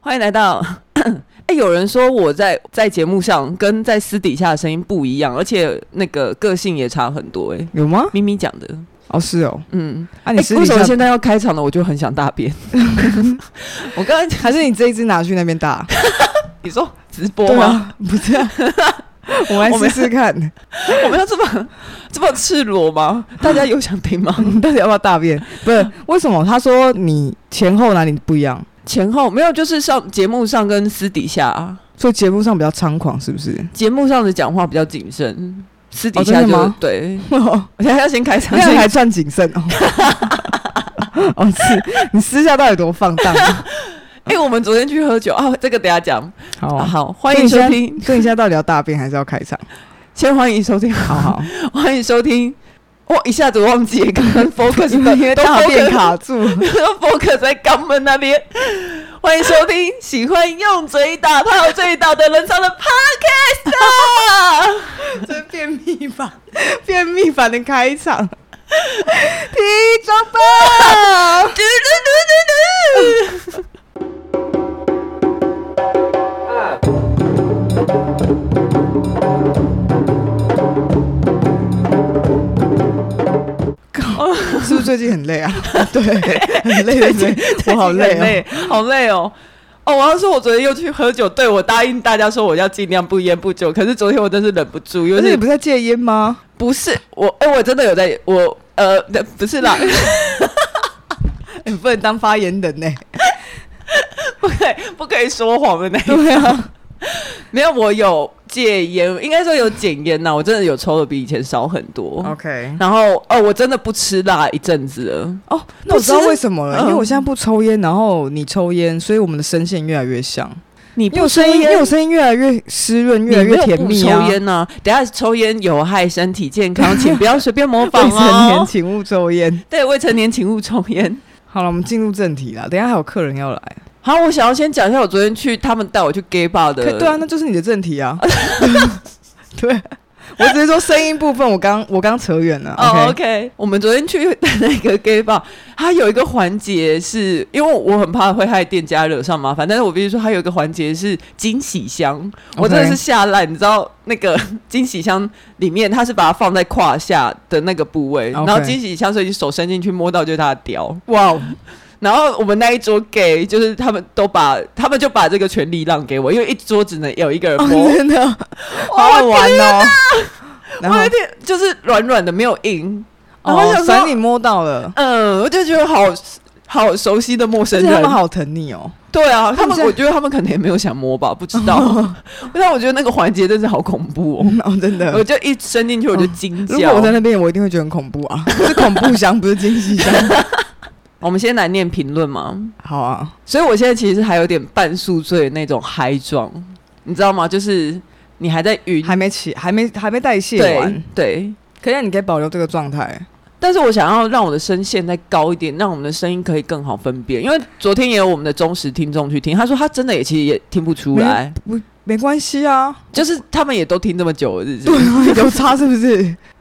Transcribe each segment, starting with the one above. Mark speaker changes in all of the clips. Speaker 1: 欢迎来到。哎、有人说我在在节目上跟在私底下的声音不一样，而且那个个性也差很多、哎，
Speaker 2: 有吗？
Speaker 1: 咪咪讲的，
Speaker 2: 哦，是哦。
Speaker 1: 嗯，
Speaker 2: 啊，
Speaker 1: 哎
Speaker 2: 你私
Speaker 1: 为
Speaker 2: 底
Speaker 1: 什
Speaker 2: 下、
Speaker 1: 么现在要开场呢？我就很想大便。 我刚才
Speaker 2: 还是你这一只拿去那边打？
Speaker 1: 你说直播
Speaker 2: 对
Speaker 1: 吗？
Speaker 2: 啊，不 是啊。我们来
Speaker 1: 我们
Speaker 2: 试试看，
Speaker 1: 我们要这么 这么赤裸吗？大家有想听吗？
Speaker 2: 到底要不要大便？不是，为什么他说你前后哪里不一样？
Speaker 1: 前后没有，就是上节目上跟私底下、啊，
Speaker 2: 所以节目上比较猖狂，是 不是？
Speaker 1: 节目上的讲话比较谨慎，私底
Speaker 2: 哦
Speaker 1: 下
Speaker 2: 真
Speaker 1: 就、
Speaker 2: 的吗
Speaker 1: 对。
Speaker 2: 那
Speaker 1: 我现在要先开场，
Speaker 2: 样还
Speaker 1: 先
Speaker 2: 算谨慎哦。 哦，是你私下到底多放 荡？
Speaker 1: 哎、我们昨天去喝酒啊，这个等一下讲、
Speaker 2: 好
Speaker 1: 啊。
Speaker 2: 啊，
Speaker 1: 好，欢迎收听，
Speaker 2: 所以你现在到底要大便还是要开场？
Speaker 1: 先欢迎收听，
Speaker 2: 好 好，
Speaker 1: 欢迎收 听。我一下子忘记刚刚 focus
Speaker 2: 因为因为
Speaker 1: 都
Speaker 2: 大便
Speaker 1: focus
Speaker 2: 卡 住。
Speaker 1: 都 focus 在肛门那边。欢迎收听喜欢用嘴打炮最岛的人上的 podcast 啊！
Speaker 2: 这便秘版，便秘版的开场，体重吧。
Speaker 1: 嘟嘟嘟嘟嘟。
Speaker 2: 是不是最近很 累啊？对，很累，对不对？我好
Speaker 1: 最近很
Speaker 2: 累哦。
Speaker 1: 累，好累哦。哦，我要说，我昨天又去喝酒，对我答应大家说我要尽量不烟不酒，可是昨天我真是忍不住，因
Speaker 2: 可是你
Speaker 1: 为
Speaker 2: 不是在戒烟吗？
Speaker 1: 不是我，哎、我真的有在，我呃，不是啦，
Speaker 2: 你哎不能当发言人呢。
Speaker 1: 不可以不可以说谎的那一种
Speaker 2: 对啊，
Speaker 1: 没有，我有戒烟，应该说有减烟呐。我真的有抽的比以前少很多。
Speaker 2: OK。
Speaker 1: 然后哦，我真的不吃辣一阵子了。
Speaker 2: 哦，那我知道
Speaker 1: 不吃
Speaker 2: 为什么了，
Speaker 1: 嗯
Speaker 2: 因为我现在不抽烟，然后你抽烟，所以我们的声线越来越像。
Speaker 1: 你
Speaker 2: 因为我声音，因为我声音越来越湿润，越来越甜蜜
Speaker 1: 你没有
Speaker 2: 啊
Speaker 1: 不抽。烟呢、等一下抽烟有害身体健 康，请不要随便模仿
Speaker 2: 未成年
Speaker 1: 哦。
Speaker 2: 请勿抽烟。
Speaker 1: 对未成年请勿抽烟。
Speaker 2: 好了，我们进入正题啦。等一下还有客人要来。
Speaker 1: 好，我想要先讲一下，我昨天去他们带我去 gay bar
Speaker 2: 可
Speaker 1: 的，
Speaker 2: 对啊，那就是你的正题啊。对，我只是说声音部分，我刚我刚扯远了。
Speaker 1: 哦
Speaker 2: OK，
Speaker 1: ，OK，我们昨天去的那个 gay bar，它有一个环节是，因为我很怕会害店家惹上麻烦，但是我必须说，它有一个环节是惊喜箱，我真的
Speaker 2: OK
Speaker 1: 是吓烂，你知道那个 惊喜箱里面，它是把它放在胯下的那个部位
Speaker 2: OK
Speaker 1: 然后惊喜箱所以你手伸进去摸到就是它的屌，
Speaker 2: 哇哦，
Speaker 1: 然后我们那一桌 gay 就是他们都把他们就把这个权利让给我，因为一桌只能有一个人摸，
Speaker 2: 真的
Speaker 1: 哇
Speaker 2: 好好玩哦。然
Speaker 1: 我
Speaker 2: 后
Speaker 1: 有点就是软软的没有硬，然后
Speaker 2: 哦，
Speaker 1: 想
Speaker 2: 反
Speaker 1: 说
Speaker 2: 正你摸到了，
Speaker 1: 嗯，我就觉得好好熟悉的陌
Speaker 2: 而
Speaker 1: 生
Speaker 2: 且他
Speaker 1: 人
Speaker 2: 们。好疼你哦。
Speaker 1: 对啊，他
Speaker 2: 他们
Speaker 1: 们
Speaker 2: 现在
Speaker 1: 我觉得他们可能也没有想摸吧，不知 道。但我觉得那个环节真是好恐怖哦！
Speaker 2: 哦，真
Speaker 1: 我
Speaker 2: 的。
Speaker 1: 就一伸进去我就惊
Speaker 2: 嗯如果
Speaker 1: 叫。
Speaker 2: 我在那边，我一定会觉得很恐怖啊！是恐怖箱，不是惊喜箱。
Speaker 1: 我们先来念评论嘛，
Speaker 2: 好啊，
Speaker 1: 所以我现在其实还有点半宿醉的那种嗨状，你知道吗？就是你还在晕，
Speaker 2: 还没起，还没还没代谢
Speaker 1: 对
Speaker 2: 完，
Speaker 1: 对。
Speaker 2: 可是你可以保留这个状态。
Speaker 1: 但是我想要让我的声线再高一点，让我们的声音可以更好分辨。因为昨天也有我们的忠实听众去听，他说他真的也其实也听不出来，
Speaker 2: 不，没关系啊，
Speaker 1: 就是他们也都听这么久了，是不是？
Speaker 2: 对啊，有差是不是？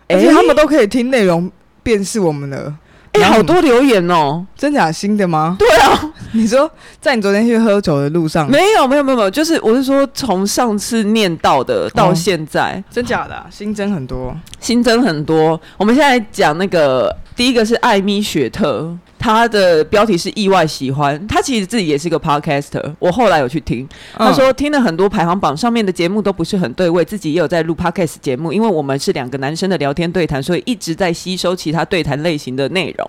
Speaker 2: 而且
Speaker 1: 哎
Speaker 2: 他们都可以听内容辨识我们的。
Speaker 1: 哎、
Speaker 2: 然后
Speaker 1: 好多留言哦、
Speaker 2: 真假新的吗？
Speaker 1: 对啊，
Speaker 2: 你说在你昨天去喝酒的路上，
Speaker 1: 嗯没有没有没有没有，就是我是说从上次念到的到现在、
Speaker 2: 真假的啊、新增很多。
Speaker 1: 新增很多。我们现在讲那个第一个是艾米雪特，她的标题是意外喜欢，她其实自己也是个 podcaster，我后来有去听，他
Speaker 2: 嗯
Speaker 1: 说听了很多排行榜上面的节目都不是很对味，自己也有在录 podcast 节目，因为我们是两个男生的聊天对谈，所以一直在吸收其他对谈类型的内容。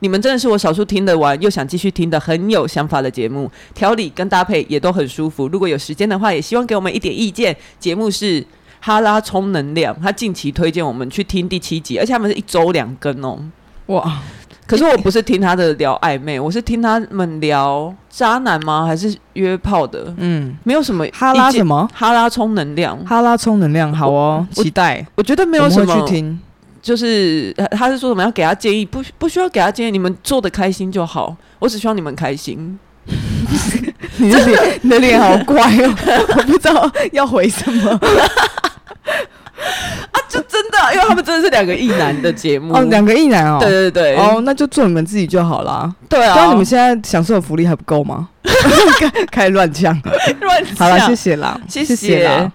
Speaker 1: 你们真的是我少数听得完又想继续听的很有想法的节目，条理跟搭配也都很舒服。如果有时间的话，也希望给我们一点意见。节目是哈拉充能量，他近期推荐我们去听第七集，而且他们是一周两更哦。
Speaker 2: 哇，
Speaker 1: 可是我不是听他的聊暧昧，我是听他们聊渣男吗？还是约炮的？
Speaker 2: 嗯，
Speaker 1: 没有什么
Speaker 2: 哈拉
Speaker 1: 意见
Speaker 2: 什么？
Speaker 1: 哈拉充能量，
Speaker 2: 哈拉充能量，好哦，
Speaker 1: 我
Speaker 2: 期待。
Speaker 1: 我觉得没
Speaker 2: 没
Speaker 1: 有什么
Speaker 2: 去，听，
Speaker 1: 就是呃他是说什么要给他建议，不不需要给他建议，你们做的开心就好，我只希望你们开心。
Speaker 2: 你的脸，你的脸好怪 哦，我不知道要回什么。
Speaker 1: 啊就真的，因为他们真的是两个异男的节目，
Speaker 2: 哦，两个一男哦。
Speaker 1: 嗯对对对，
Speaker 2: 哦，那就做你们自己就好啦。
Speaker 1: 对啊，
Speaker 2: 但你们现在享受的福利还不够吗？开始乱讲。
Speaker 1: 乱讲
Speaker 2: 好了，谢谢啦，
Speaker 1: 啊谢
Speaker 2: 谢啦。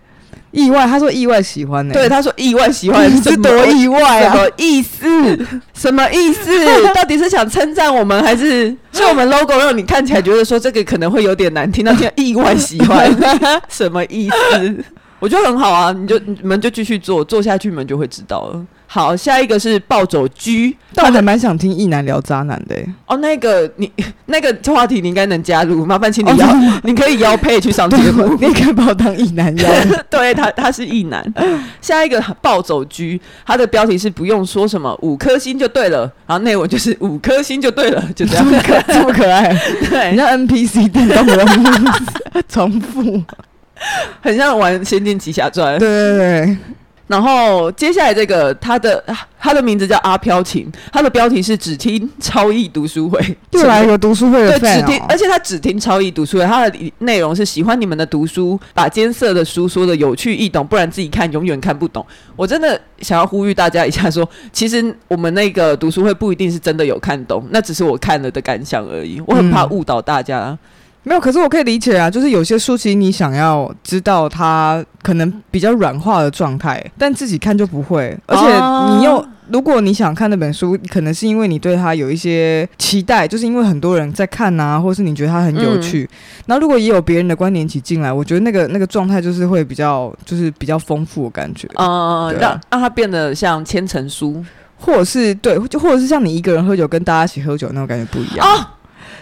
Speaker 2: 意外，他说意外喜欢呢、
Speaker 1: 对，他说意外喜 欢
Speaker 2: 是多意外啊
Speaker 1: 什么意思？什么意思？到底是想称赞我们，还是就我们 logo 让你看起来觉得说这个可能会有点难听？那叫意外喜欢，什么意思？我觉得很好啊，你就你们就继续做，做下去你们就会知道了。好，下一个是暴走居，
Speaker 2: 但我还蛮想听一男聊渣男的、欸。
Speaker 1: 哦，那个你那个话题你应该能加入，麻烦请你邀，你可以邀配去 上节目。
Speaker 2: 你可以把我当一男邀。
Speaker 1: 对他，他是一男。下一个暴走居，他的标题是不用说什么五颗星就对了，然后内文就是五颗星就对了，就这
Speaker 2: 这
Speaker 1: 样。
Speaker 2: 么可这么可爱，很
Speaker 1: 对，
Speaker 2: 像 NPC 但都没有重复。
Speaker 1: 很像玩《仙剑奇侠传
Speaker 2: 对》。对对，
Speaker 1: 然后接下来这个，他的他的名字叫阿飘琴，他的标题是只听超艺读书会。
Speaker 2: 又来一个读书会的
Speaker 1: 对，只
Speaker 2: fan
Speaker 1: 听，而
Speaker 2: 哦。
Speaker 1: 且他只听超译读书会，他的内容是喜欢你们的读书，把艰涩的书说的有趣易懂，不然自己看永远看不懂。我真的想要呼吁大家一下说 其实我们那个读书会不一定是真的有看懂，那只是我看了的感想而已。我很怕
Speaker 2: 嗯
Speaker 1: 误导大家。
Speaker 2: 没有，可是我可以理解啊，就是有些书其实你想要知道它可能比较软化的状态，但自己看就不会，
Speaker 1: 啊
Speaker 2: 而且你又。
Speaker 1: 哦
Speaker 2: 如果你想看那本书，可能是因为你对它有一些期待，就是因为很多人在看啊，或是你觉得它很有趣。
Speaker 1: 嗯
Speaker 2: 然后如果也有别人的观点一起进来，我觉得那个那个状态就是会比较就是比较丰富的感觉。
Speaker 1: 嗯、
Speaker 2: 对啊
Speaker 1: 让让它变得像千层书
Speaker 2: 或者是对，就或者是像你一个人喝酒，跟大家一起喝酒那种感觉不一样。
Speaker 1: 哦，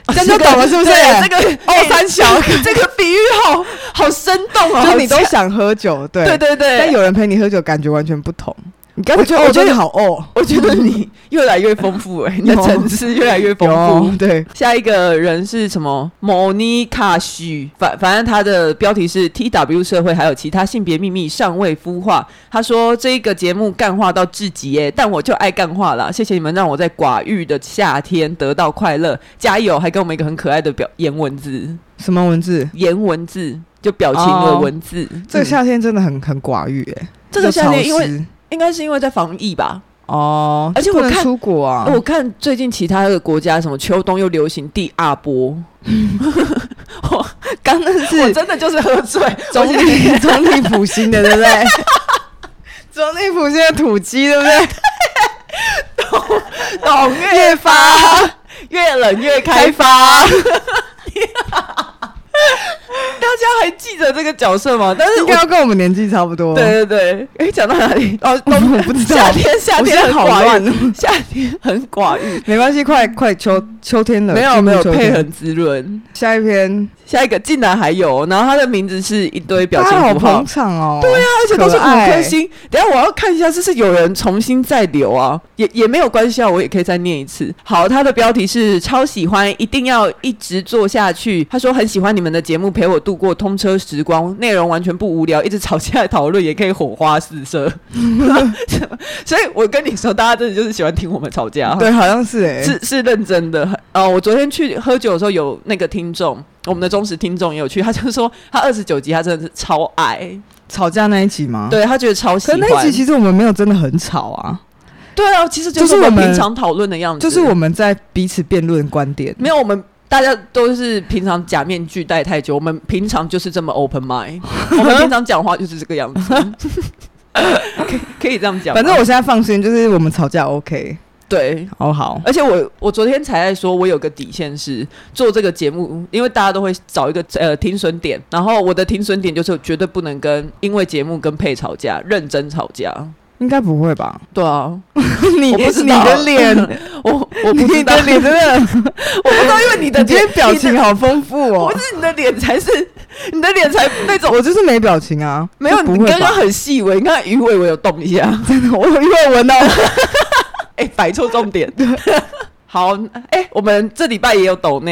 Speaker 2: 这样就懂了是不是
Speaker 1: 对这个哎
Speaker 2: 哦三小
Speaker 1: 这个比喻好好生动哦，
Speaker 2: 就
Speaker 1: 好
Speaker 2: 是你都
Speaker 1: 强
Speaker 2: 想喝酒，对
Speaker 1: 对对 对，
Speaker 2: 但有人陪你喝酒，感觉完全不同。你刚
Speaker 1: 我
Speaker 2: 才
Speaker 1: 觉
Speaker 2: 觉
Speaker 1: 得
Speaker 2: 得
Speaker 1: 我觉得
Speaker 2: 好哦，
Speaker 1: 我觉得你越来越丰富 哎、你的
Speaker 2: 有
Speaker 1: 层次越来越丰
Speaker 2: 有啊
Speaker 1: 富。
Speaker 2: 对，
Speaker 1: 下一个人是什么？Monica 许，反反正他的标题是 T W 社会还有其他性别秘密尚未孵化。他说这个节目干话到至极耶、但我就爱干话啦。谢谢你们让我在寡欲的夏天得到快乐，加油！还给我们一个很可爱的表言文字，
Speaker 2: 什么文字？
Speaker 1: 言文字就表情的
Speaker 2: 哦
Speaker 1: 文字。
Speaker 2: 这
Speaker 1: 嗯
Speaker 2: 个夏天真的很很寡欲哎、
Speaker 1: 这个夏天因
Speaker 2: 比较
Speaker 1: 为
Speaker 2: 潮湿
Speaker 1: 应该是因为在防疫吧，
Speaker 2: 哦，
Speaker 1: 而且
Speaker 2: 就不
Speaker 1: 我
Speaker 2: 能
Speaker 1: 看
Speaker 2: 出国啊，
Speaker 1: 我看最近其他的国家，什么秋冬又流行第二波，我
Speaker 2: 刚那
Speaker 1: 我
Speaker 2: 是
Speaker 1: 真的就是喝醉，
Speaker 2: 总
Speaker 1: 我现
Speaker 2: 理总理普星的，对不对？总理普星的土鸡，对不对？
Speaker 1: 在 懂 越发越冷越开 发。大家还记得这个角色吗？但是
Speaker 2: 应
Speaker 1: 我
Speaker 2: 该要跟我们年纪差不多。
Speaker 1: 对对对，哎、讲到哪里？哦，
Speaker 2: 我
Speaker 1: 冬
Speaker 2: 我不知道
Speaker 1: 夏天夏
Speaker 2: 我
Speaker 1: 天
Speaker 2: 现在
Speaker 1: 很
Speaker 2: 好
Speaker 1: 寡
Speaker 2: 乱哦
Speaker 1: 欲，夏天很寡欲，
Speaker 2: 没关系，快快秋秋天了，
Speaker 1: 没有
Speaker 2: 进入
Speaker 1: 没有
Speaker 2: 秋天
Speaker 1: 配很滋润。
Speaker 2: 下一篇，
Speaker 1: 下一个竟然还有，然后他的名字是一堆表情
Speaker 2: 大家好
Speaker 1: 符号
Speaker 2: 捧，场哦。
Speaker 1: 对啊，而且都是五
Speaker 2: 可爱
Speaker 1: 颗星。等一下我要看一下，这是有人重新再留啊，也也没有关系啊，我也可以再念一次。好，它的标题是超喜欢，一定要一直做下去。他说很喜欢你们的节目，陪我度过通车时光，内容完全不无聊，一直吵架讨论也可以火花四 射。所以，我跟你说，大家真的就是喜欢听我们吵架。
Speaker 2: 对，好像是哎、
Speaker 1: 是是认真的。呃，我昨天去喝酒的时候，有那个听众，我们的忠实听众也有去，他就说他二十九集，他真的是超爱，
Speaker 2: 吵架那一集吗？。
Speaker 1: 对他觉得超喜
Speaker 2: 啊可
Speaker 1: 欢。
Speaker 2: 那一集其实我们没有真的很吵啊，
Speaker 1: 对啊，其实就
Speaker 2: 就是是
Speaker 1: 我
Speaker 2: 我
Speaker 1: 们
Speaker 2: 们
Speaker 1: 平常讨论的样子，
Speaker 2: 就是我们在彼此辩论观点。
Speaker 1: 没有我们。大家都是平常假面具戴太久，我们平常就是这么 open mind，我们平常讲话就是这个样子，可以可以这样讲吗。
Speaker 2: 反正我现在放心，就是我们吵架 OK。
Speaker 1: 对，
Speaker 2: 好好，
Speaker 1: 而且我我昨天才在说，我有个底线是做这个节目，因为大家都会找一个呃停损点，然后我的停损点就是绝对不能跟因为节目跟配吵架，认真吵架。
Speaker 2: 应该不 会吧？
Speaker 1: 对啊，
Speaker 2: 你
Speaker 1: 我不知
Speaker 2: 你
Speaker 1: 道
Speaker 2: 的 脸，
Speaker 1: 我我不
Speaker 2: 你
Speaker 1: 知道
Speaker 2: 的， 脸真的，
Speaker 1: 我不知道，因为你的
Speaker 2: 你今天
Speaker 1: 脸
Speaker 2: 表
Speaker 1: 你的
Speaker 2: 情好丰富
Speaker 1: 不
Speaker 2: 哦。
Speaker 1: 是你的脸才是，你的脸才那 种。
Speaker 2: 我就是没表情啊，
Speaker 1: 没有，
Speaker 2: 这不
Speaker 1: 你
Speaker 2: 会
Speaker 1: 刚刚
Speaker 2: 吧？
Speaker 1: 很细微，你看鱼尾我有动一下，
Speaker 2: 我有为闻 到，
Speaker 1: 哎、摆错重点。 好，哎、我们这礼拜也有抖呢，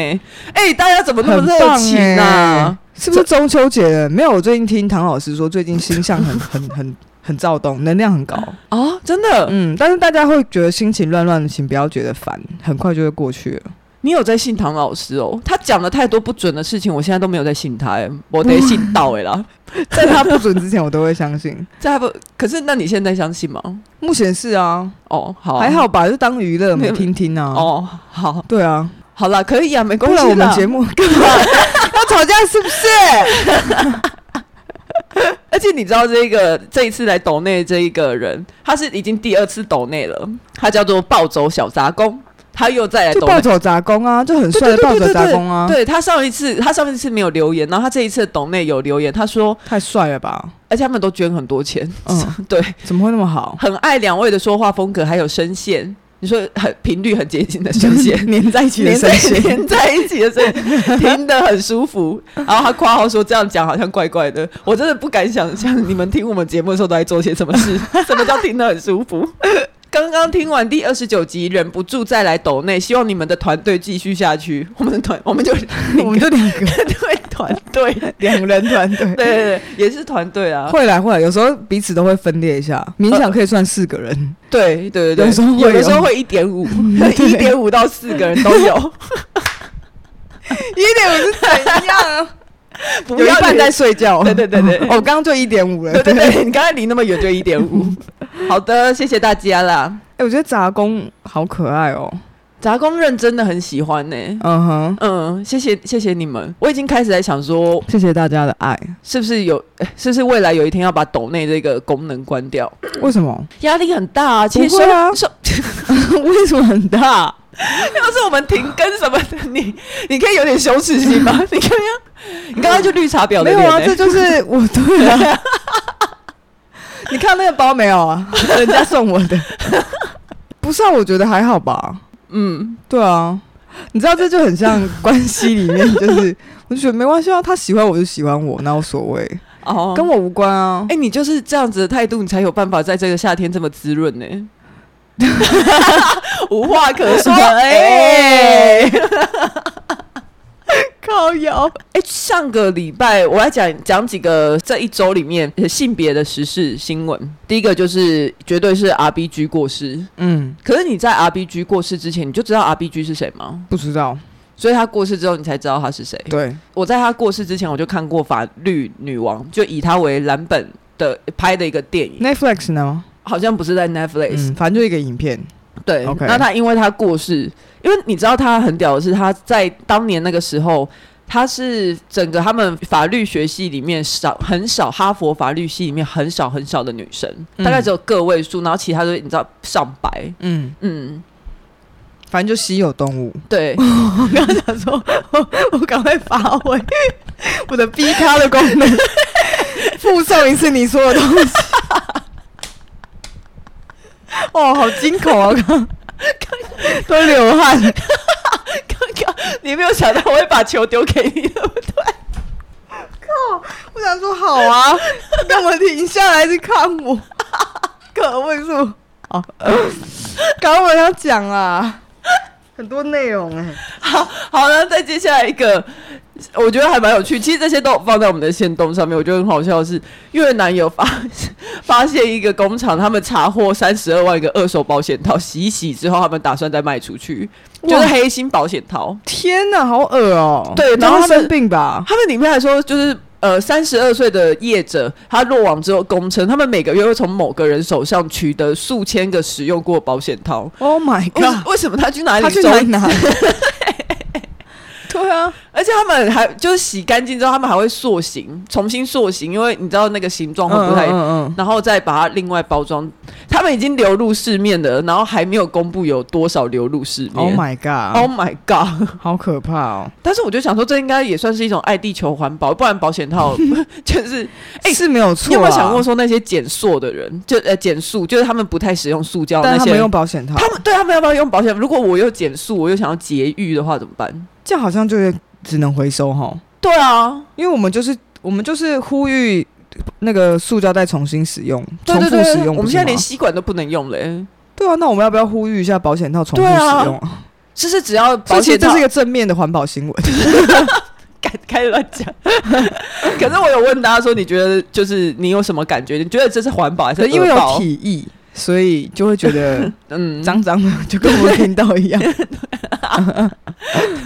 Speaker 1: 哎、大家怎么那么
Speaker 2: 很棒
Speaker 1: 热情啊
Speaker 2: 欸？是不是中秋节了？没有，我最近听唐老师说，最近星象很 很很很躁动，能量很高。
Speaker 1: 哦，真的，
Speaker 2: 嗯，但是大家会觉得心情乱乱的，请不要觉得烦，很快就会过去 了。
Speaker 1: 你有在信唐老师哦？他讲了太多不准的事情，我现在都没有在信他、哎，我得信到哎、 啦。
Speaker 2: 在他不准之前，我都会相信。
Speaker 1: 这还不，可是那你现在相信吗？
Speaker 2: 目前是啊，
Speaker 1: 哦，好啊、
Speaker 2: 还好吧，就当娱乐
Speaker 1: 没有
Speaker 2: 没听听啊。哦，
Speaker 1: 哦，好，
Speaker 2: 对啊，
Speaker 1: 好啦，可以啊，没关
Speaker 2: 不
Speaker 1: 系啦。
Speaker 2: 然我们节目干嘛？吵架是不是？
Speaker 1: 而且你知道这个这一次来抖内这一个人，他是已经第二次抖内了，他叫做暴走小杂工，他又再来
Speaker 2: 就
Speaker 1: 抖
Speaker 2: 暴
Speaker 1: 内。
Speaker 2: 走杂工啊，就很帅的暴走杂工啊，
Speaker 1: 对他上一次，他上一次没有留言，然后他这一次抖内有留言，他说，
Speaker 2: 太帅了吧？
Speaker 1: 而且他们都捐很多钱，
Speaker 2: 嗯
Speaker 1: 对，
Speaker 2: 怎么会那么好？，
Speaker 1: 很爱两位的说话风格还有声线，你说很频率很接近的声线
Speaker 2: 粘在一起的
Speaker 1: 连
Speaker 2: 声
Speaker 1: 在
Speaker 2: 线，
Speaker 1: 连在一起的声音，听得很舒服。然后他括号说这样讲好像怪怪的，我真的不敢想象你们听我们节目的时候都在做些什么 事。什么叫听得很舒服？刚刚听完第二十九集，忍不住再来抖内，希望你们的团队继续下去。我们的团，我们就
Speaker 2: 我们就两个
Speaker 1: 对团队，对
Speaker 2: 两人团队。
Speaker 1: 对对，也是团队 啊。呃
Speaker 2: 会来会来，有时候彼此都会分裂一下，勉强可以算四个人。
Speaker 1: 对对对，
Speaker 2: 有时候会
Speaker 1: 有的时候
Speaker 2: 有
Speaker 1: 会一点 五，一点五到四个人都 有，
Speaker 2: 一点五是怎样？
Speaker 1: 啊 不
Speaker 2: 有一
Speaker 1: 要
Speaker 2: 半
Speaker 1: 你
Speaker 2: 在睡觉。
Speaker 1: 对对对对
Speaker 2: 哦我刚刚就一点五了。
Speaker 1: 对对对，你刚才离那么远就一点 五。好的，谢谢大家啦。
Speaker 2: 哎，我觉得杂工好可爱哦。
Speaker 1: 杂工认真的很喜欢呢、
Speaker 2: 嗯哼，
Speaker 1: 嗯，谢谢谢谢你们，我已经开始在想说，
Speaker 2: 谢谢大家的爱。
Speaker 1: 是不是有，哎是不是未来有一天要把抖内这个功能关掉？
Speaker 2: 为什么？
Speaker 1: 压力很大啊，其实
Speaker 2: 不会啊
Speaker 1: 说
Speaker 2: 为什么很大？
Speaker 1: 要是我们停更什么的，你你可以有点羞耻心 吗？你刚刚你刚刚就绿茶婊的
Speaker 2: 没有
Speaker 1: 脸、
Speaker 2: 啊，
Speaker 1: 欸，
Speaker 2: 这就是我 对啊。你看那个包没有啊？ 人家送我的。 不是啊，我觉得还好吧。
Speaker 1: 嗯，
Speaker 2: 对啊，你知道这就很像关系里面，就是我就觉得没关系啊，他喜欢我就喜欢我，哪有所谓，
Speaker 1: 哦，
Speaker 2: 跟我无关啊
Speaker 1: 哎、。你就是这样子的态度，你才有办法在这个夏天这么滋润呢、 无话可说，哎、
Speaker 2: 靠腰，
Speaker 1: 哎、上个礼拜我来讲讲几个这一周里面呃性别的时事新闻。第一个就是绝对是 R B G 过世，
Speaker 2: 嗯，
Speaker 1: 可是你在 R B G 过世之前，你就知道 R B G 是谁吗？
Speaker 2: 不知道，
Speaker 1: 所以他过世之后，你才知道他是谁。
Speaker 2: 对，
Speaker 1: 我在他过世之前，我就看过《法律女王》，就以他为蓝本的拍的一个电影，
Speaker 2: Netflix 呢？
Speaker 1: 好像不是在 Netflix，、
Speaker 2: 嗯，反正就一个影片，
Speaker 1: 对
Speaker 2: OK
Speaker 1: 那他因为他过世，因为你知道他很屌的是，他在当年那个时候，他是整个他们法律学系里面少很少，哈佛法律系里面很少很少的女生，
Speaker 2: 嗯
Speaker 1: 大概只有个位数，然后其他都你知道上百，
Speaker 2: 嗯，
Speaker 1: 嗯，
Speaker 2: 反正就稀有动物。
Speaker 1: 对，
Speaker 2: 我刚刚想说，我我赶快发挥我的逼咖的功能，附送一次你说的东西。哦，好惊恐啊！刚刚都流汗。
Speaker 1: 刚刚你没有想到我会把球丢给你，对不对？
Speaker 2: 我想说好啊，你干嘛停下来去看我？可为什么？哦，刚我要讲啊，很多内容哎、
Speaker 1: 好了，再接下来一个，我觉得还蛮有趣。其实这些都有放在我们的线动上面，我觉得很好笑的是，越南有发发现一个工厂，他们查获三十二万个二手保险套，洗一洗之后，他们打算再卖出去，
Speaker 2: 哇
Speaker 1: 就是黑心保险套。
Speaker 2: 天哪，好恶哦、
Speaker 1: 对
Speaker 2: 然
Speaker 1: 然后
Speaker 2: 后
Speaker 1: 他们
Speaker 2: 生病吧？
Speaker 1: 他们里面还说，就是呃，三十二岁的业者，他落网之后供称，他们每个月会从某个人手上取得数千个使用过保险套。
Speaker 2: Oh my
Speaker 1: 为
Speaker 2: god！
Speaker 1: 为什么他去哪里？
Speaker 2: 他去哪里拿？啊 对啊，
Speaker 1: 而且他们还就是洗干净之后，他们还会塑形，重新塑形，因为你知道那个形状会不太，
Speaker 2: 嗯嗯
Speaker 1: 然后再把它另外包装。他们已经流入市面了，然后还没有公布有多少流入市面。
Speaker 2: 嗯，Oh my
Speaker 1: Oh
Speaker 2: god，
Speaker 1: my god！
Speaker 2: 好可怕哦！
Speaker 1: 但是我就想说，这应该也算是一种爱地球环 保，不然保险套就是。哎
Speaker 2: 是没有错，啊
Speaker 1: 你有没有想过？说那些减塑的人，就呃减塑，就是他们不太使用塑胶的
Speaker 2: 但
Speaker 1: 那
Speaker 2: 他
Speaker 1: 些
Speaker 2: 们
Speaker 1: 人
Speaker 2: 用，保险套，
Speaker 1: 他们对他们要不要用保险？如果我又减塑，我又想要节育的话，怎么办？
Speaker 2: 这样好像就是只能回收哈，
Speaker 1: 对啊，
Speaker 2: 因为我们就是我们就是呼吁那个塑胶袋重新使用，
Speaker 1: 对对
Speaker 2: 重复使
Speaker 1: 对，
Speaker 2: 用。
Speaker 1: 我
Speaker 2: 不
Speaker 1: 们
Speaker 2: 是
Speaker 1: 现在
Speaker 2: 吗
Speaker 1: 连吸管都不能用了、欸。
Speaker 2: 对啊，那我们要不要呼吁一下保险套重复使用啊？
Speaker 1: 就是只要
Speaker 2: 所
Speaker 1: 保
Speaker 2: 以其实
Speaker 1: 险
Speaker 2: 这
Speaker 1: 套
Speaker 2: 是一个正面的环保新闻。
Speaker 1: 敢开始乱讲。 可是我有问大家说，你觉得就是你有什么感觉？你觉得这是环保还是
Speaker 2: 可是 因为
Speaker 1: 恶
Speaker 2: 有
Speaker 1: 报
Speaker 2: 体议，所以就会觉 得
Speaker 1: 嗯，
Speaker 2: 脏脏的，就跟我们频道一样。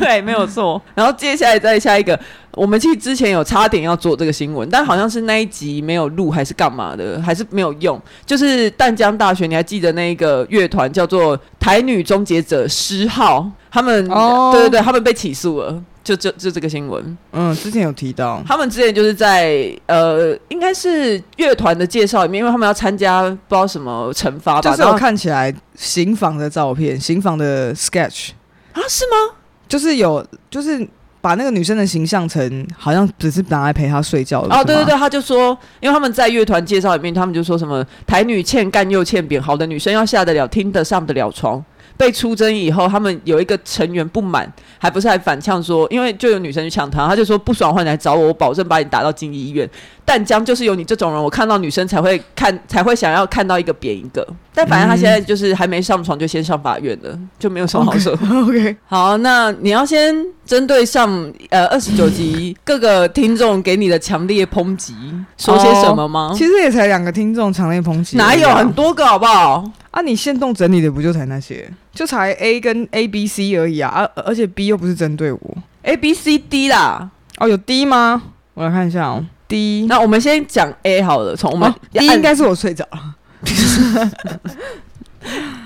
Speaker 1: 对，没有错。 然后接下来再下一个，我们其实之前有差点要做这个新闻，但好像是那一集没有录，还是干嘛的，还是没有用。就是淡江大学，你还记得那个乐团叫做台女终结者诗号，他们、
Speaker 2: 哦
Speaker 1: 对对对，他们被起诉了。就就就这个新闻，
Speaker 2: 嗯，之前有提到，
Speaker 1: 他们之前就是在呃，应该是乐团的介绍里面，因为他们要参加不知道什么惩罚吧，
Speaker 2: 就是
Speaker 1: 然
Speaker 2: 有
Speaker 1: 后
Speaker 2: 看起来刑房的照片，刑房的 sketch，
Speaker 1: 啊是吗？
Speaker 2: 就是有就是把那个女生的形象成好像只是拿来陪她睡觉的
Speaker 1: 哦，对对
Speaker 2: 是吗
Speaker 1: 对，他就说，因为他们在乐团介绍里面，他们就说什么台女欠干又欠扁，好的女生要下得了厅的上得了床。被出征以后，他们有一个成员不满，还不是还反呛说，因为就有女生去抢他，他就说不爽的话你来找我，我保证把你打到进医院。但将就是有你这种人，我看到女生才会看，才会想要看到一个扁一个。但反正他现在就是还没上床就先上法院了，就没有什么好说
Speaker 2: OK，
Speaker 1: 好，那你要先针对上呃二十九 集各个听众给你的强烈抨击，说些什么吗？
Speaker 2: 哦其实也才两个听众强烈抨击而已啊，
Speaker 1: 哪有很多个好不好？
Speaker 2: 啊？你限动整理的不就才那些，就才 A 跟 A B C 而已啊，啊而且 B 又不是针对我
Speaker 1: A B C D 啦，
Speaker 2: 哦，有 D 吗？我来看一下哦，D，
Speaker 1: 那我们先讲 A 好了，从我们
Speaker 2: 哦 D 应该是我睡着了，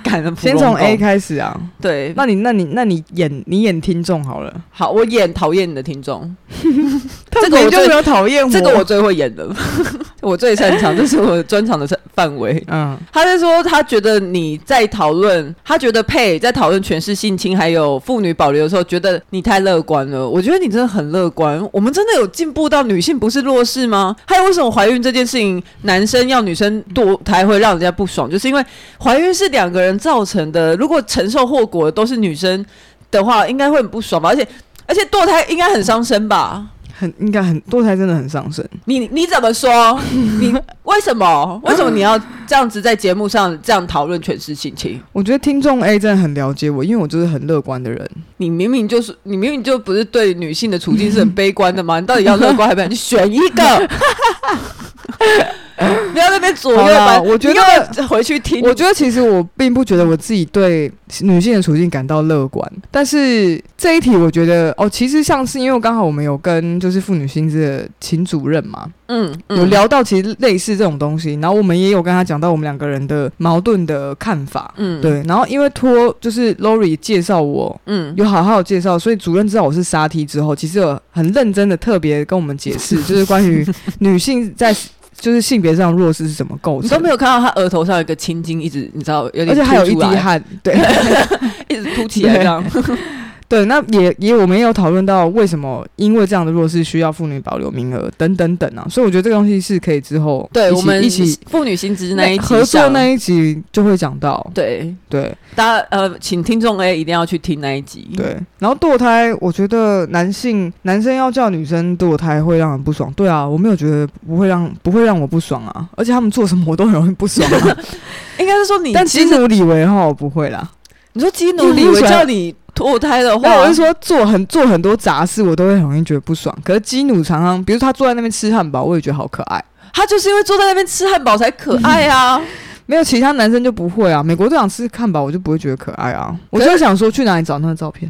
Speaker 1: 感恩
Speaker 2: 先从 A 开始啊。
Speaker 1: 对，那
Speaker 2: 那你那你那你演你演听众好了，
Speaker 1: 好，我演讨厌你的听众，
Speaker 2: 这
Speaker 1: 个我
Speaker 2: 就
Speaker 1: 最
Speaker 2: 没有讨厌我，
Speaker 1: 这个我最会演的，我最擅长，这是我专长的范围。
Speaker 2: 嗯，
Speaker 1: 他是说，他觉得你在讨论，他觉得佩在讨论权势性侵还有妇女保留的时候，觉得你太乐观了。我觉得你真的很乐观，我们真的有进步到女性不是弱势吗？还有为什么怀孕这件事情，男生要女生堕胎会让人家不爽，就是因为怀孕是两个人造成的，如果承受后果的都是女生的话，应该会很不爽吧？而且而且堕胎应该很伤身吧？
Speaker 2: 很应该很堕胎真的很上升，
Speaker 1: 你你怎么 说？你为什么？为什么你要这样子在节目 上这样讨论全是性情？
Speaker 2: 我觉得听众 A 真的很了解我，因为我就是很乐观的人。
Speaker 1: 你明明就是你明明就不是对女性的处境是很悲观的 吗？你到底要乐观还不要？你选一个，不要在那边左右
Speaker 2: 好啦
Speaker 1: 吧。
Speaker 2: 我觉得
Speaker 1: 你要不要回去听，
Speaker 2: 我觉得其实我并不觉得我自己对女性的处境感到乐观，但是这一题我觉得哦，其实像是因为刚好我们有跟就是妇女薪资的秦主任嘛，
Speaker 1: 嗯嗯
Speaker 2: 有聊到其实类似这种东西，然后我们也有跟他讲到我们两个人的矛盾的看法。
Speaker 1: 嗯
Speaker 2: 对，然后因为托就是 Lori 介绍我
Speaker 1: 嗯
Speaker 2: 有好好介绍，所以主任知道我是沙 T 之后，其实有很认真的特别跟我们 解释，就是关于女性在就是性别上弱势是怎么构
Speaker 1: 你
Speaker 2: 成，
Speaker 1: 都没有看到他额头上有一个青筋，一直你知道有点
Speaker 2: 而且还有一
Speaker 1: 凸出
Speaker 2: 滴
Speaker 1: 来，
Speaker 2: 汗，对
Speaker 1: 一直凸起来这 样。
Speaker 2: 对，那也也我们也有讨论到为什么因为这样的弱势需要妇女保留名额等等等啊，所以我觉得这个东西是可以之后
Speaker 1: 对
Speaker 2: 一
Speaker 1: 我
Speaker 2: 起
Speaker 1: 们
Speaker 2: 一起
Speaker 1: 妇女薪资那一集
Speaker 2: 合作
Speaker 1: 上
Speaker 2: 那一集就会讲到，
Speaker 1: 对
Speaker 2: 对
Speaker 1: 大家呃，请听众 A 一定要去听那一集。
Speaker 2: 对，然后堕胎，我觉得男性男生要叫女生堕胎会让人不爽。对啊，我没有觉得不会让不会让我不爽啊，而且他们做什么我都很容易不爽、啊。
Speaker 1: 应该是说 你，
Speaker 2: 但
Speaker 1: 其
Speaker 2: 基
Speaker 1: 实
Speaker 2: 努里维的话我不会啦，
Speaker 1: 你说基努
Speaker 2: 因为
Speaker 1: 里
Speaker 2: 我
Speaker 1: 维
Speaker 2: 喜欢
Speaker 1: 叫你堕胎的
Speaker 2: 那
Speaker 1: 话，
Speaker 2: 我是说做很做很多杂事我都会很容易觉得不爽。可是基努常常，比如他坐在那边吃汉堡，我也觉得好可爱。
Speaker 1: 他就是因为坐在那边吃汉堡才可爱
Speaker 2: 嗯
Speaker 1: 啊。
Speaker 2: 没有其他男生就不会啊，美国队长吃汉堡我就不会觉得可爱啊，我就会想说去哪里找那个 照片。